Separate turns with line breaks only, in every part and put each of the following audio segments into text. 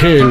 que el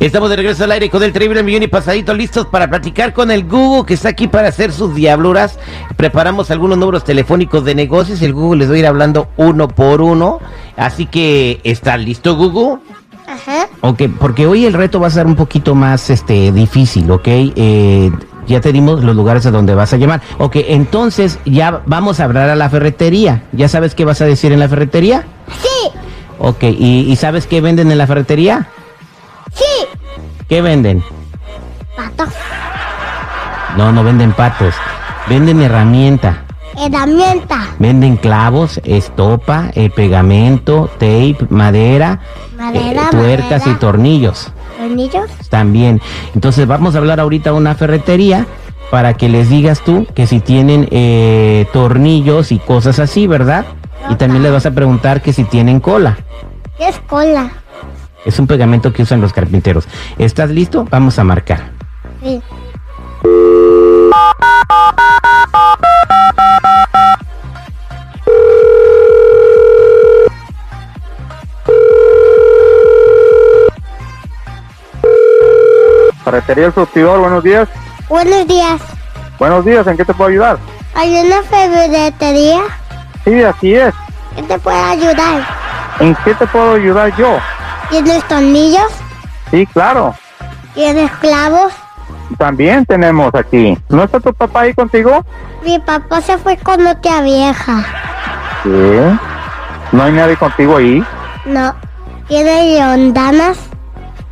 Estamos de regreso al aire con el terrible millón y pasadito listos para platicar con el Google que está aquí para hacer sus diabluras. Preparamos algunos números telefónicos de negocios y el Google les va a ir hablando uno por uno. Así que, ¿está listo Google?
Ajá.
Ok, porque hoy el reto va a ser un poquito más este, difícil, ¿ok? Eh, ya te dimos los lugares a donde vas a llamar. Ok, entonces ya vamos a hablar a la ferretería. ¿Ya sabes qué vas a decir en la ferretería?
¡Sí!
Ok, ¿y, y sabes qué venden en la ferretería?
¡Sí!
¿Qué venden?
Patos.
No, no venden patos. Venden herramienta.
Herramienta.
Venden clavos, estopa, eh, pegamento, tape, madera,
Madera,
Eh, tuercas
madera.
y tornillos
¿Tornillos?
también. Entonces vamos a hablar ahorita a una ferretería para que les digas tú que si tienen eh, tornillos y cosas así, ¿verdad? Y también les vas a preguntar que si tienen cola.
¿Qué es cola?
Es un pegamento que usan los carpinteros. ¿Estás listo? Vamos a marcar.
Sí.
Ferretería El Surtidor, buenos días.
Buenos días.
Buenos días, ¿en qué te puedo ayudar?
¿Hay una ferretería?
Sí, así es.
¿Qué te puede ayudar?
¿En qué te puedo ayudar yo?
¿Tienes tornillos?
Sí, claro.
¿Tienes clavos?
También tenemos aquí. ¿No está tu papá ahí contigo?
Mi papá se fue con otra vieja.
Sí. ¿No hay nadie contigo ahí?
No. ¿Tienes rondanas?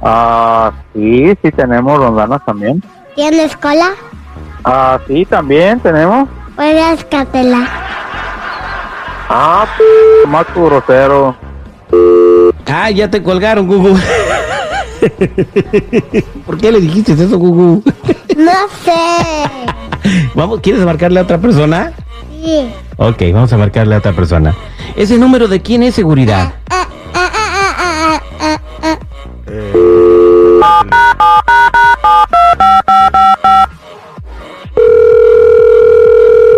Ah, sí, sí tenemos rondanas también.
¿Tienes cola?
Ah, sí, también tenemos.
Puedes catela.
Ah, p más tu grosero.
Ah, ya te colgaron, Gugu. ¿Por qué le dijiste eso, Gugu?
No sé.
Vamos, ¿quieres marcarle a otra persona?
Sí.
Ok, vamos a marcarle a otra persona. ¿Ese número de quién es seguridad?
Ah, ah, ah, ah, ah, ah, ah.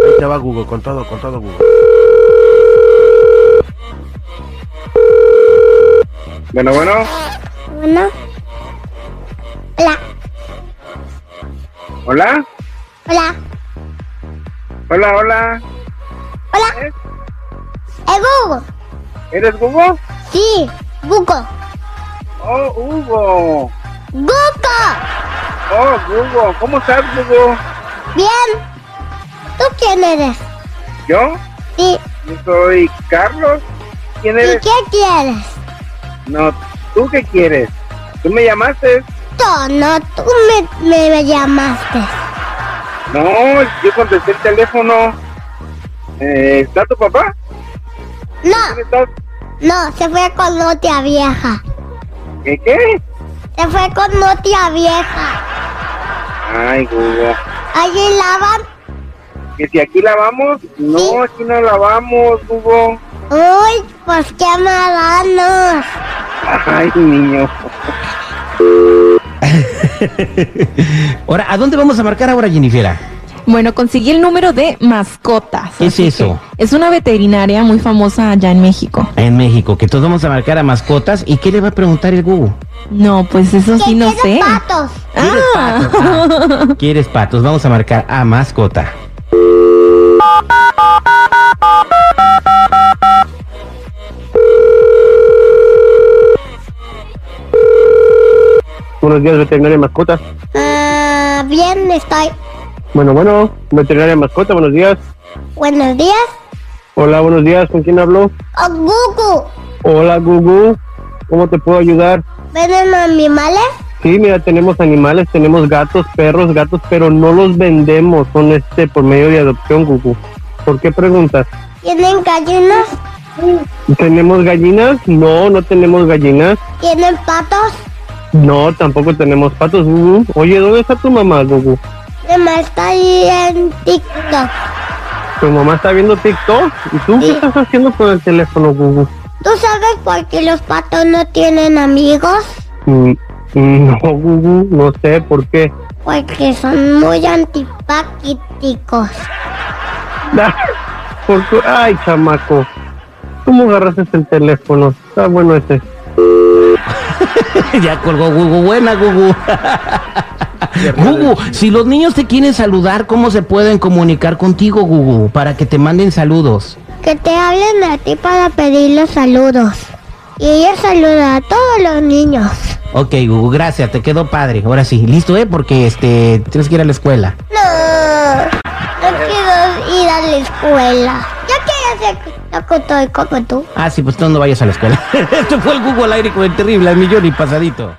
Ahí te va Google, con todo, con todo Google.
Bueno, bueno.
Bueno. Hola,
Hola.
hola,
Hola, hola.
hola. ¿Es Hugo?
¿Eres Hugo?
Eh, Sí, Buco.
Oh, Hugo.
¡Buco!
Oh, Hugo. ¿Cómo estás, Hugo?
Bien. ¿Tú quién eres?
¿Yo?
Sí.
Yo soy Carlos. ¿Quién
¿Y
eres?
qué quieres?
No, ¿tú qué quieres? ¿Tú me llamaste?
No, no, tú me, me, me llamaste.
No, yo contesté el teléfono. Eh, ¿Está tu papá?
No,
¿Dónde estás?
no, se fue con otra vieja.
¿Qué qué?
Se fue con otra vieja.
Ay, Hugo.
Allí lavan.
¿Que si aquí lavamos?
Sí.
No, aquí no lavamos, Hugo.
Uy, pues qué marranos.
Ay, niño.
Ahora, ¿a dónde vamos a marcar ahora, Jennifer?
Bueno, conseguí el número de mascotas.
¿Qué es
así
eso?
que Es una veterinaria muy famosa allá en México.
En México, que todos vamos a marcar a mascotas. ¿Y qué le va a preguntar el Google?
No, pues eso
Que
sí no
quiero
sé.
patos.
¿Quieres patos? Ah, ¿Quieres patos? Vamos a marcar a mascota.
Buenos días, veterinaria mascota.
Ah, bien, estoy.
Bueno, bueno, veterinaria mascota, buenos días.
Buenos días.
Hola, buenos días, ¿con quién hablo?
Oh, Gugu,
Hola, Gugu. ¿Cómo te puedo ayudar?
¿venden animales?
Sí, mira, tenemos animales, tenemos gatos, perros, gatos, pero no los vendemos, son este por medio de adopción, Gugu. ¿Por qué preguntas?
¿Tienen gallinas?
¿Tenemos gallinas? No, no tenemos gallinas.
¿Tienen patos?
No, tampoco tenemos patos, Gugu. Oye, ¿dónde está tu mamá, Gugu?
Además está ahí en TikTok.
Tu mamá está viendo TikTok. ¿Y tú
Sí.
qué estás haciendo con el teléfono, Gugu?
¿Tú sabes por qué los patos no tienen amigos?
Mm, mm, No, Gugu, no sé por qué.
Porque son muy antipáticos.
Porque, ay, chamaco. ¿Cómo agarraste el teléfono? Está bueno este. ese.
ya colgó Gugu, buena Gugu. Gugu, si los niños te quieren saludar, ¿cómo se pueden comunicar contigo, Gugu? Para que te manden saludos.
Que te hablen a ti para pedirles saludos. Y ella saluda a todos los niños.
Ok, Gugu, gracias, te quedó padre. Ahora sí, listo, ¿eh? Porque este, tienes que ir a la escuela.
No, no quiero ir a la escuela. Yo quiero ser locutor como tú.
Ah, sí, pues tú no vayas a la escuela. este fue el Gugu al aire con el terrible, al millón y pasadito.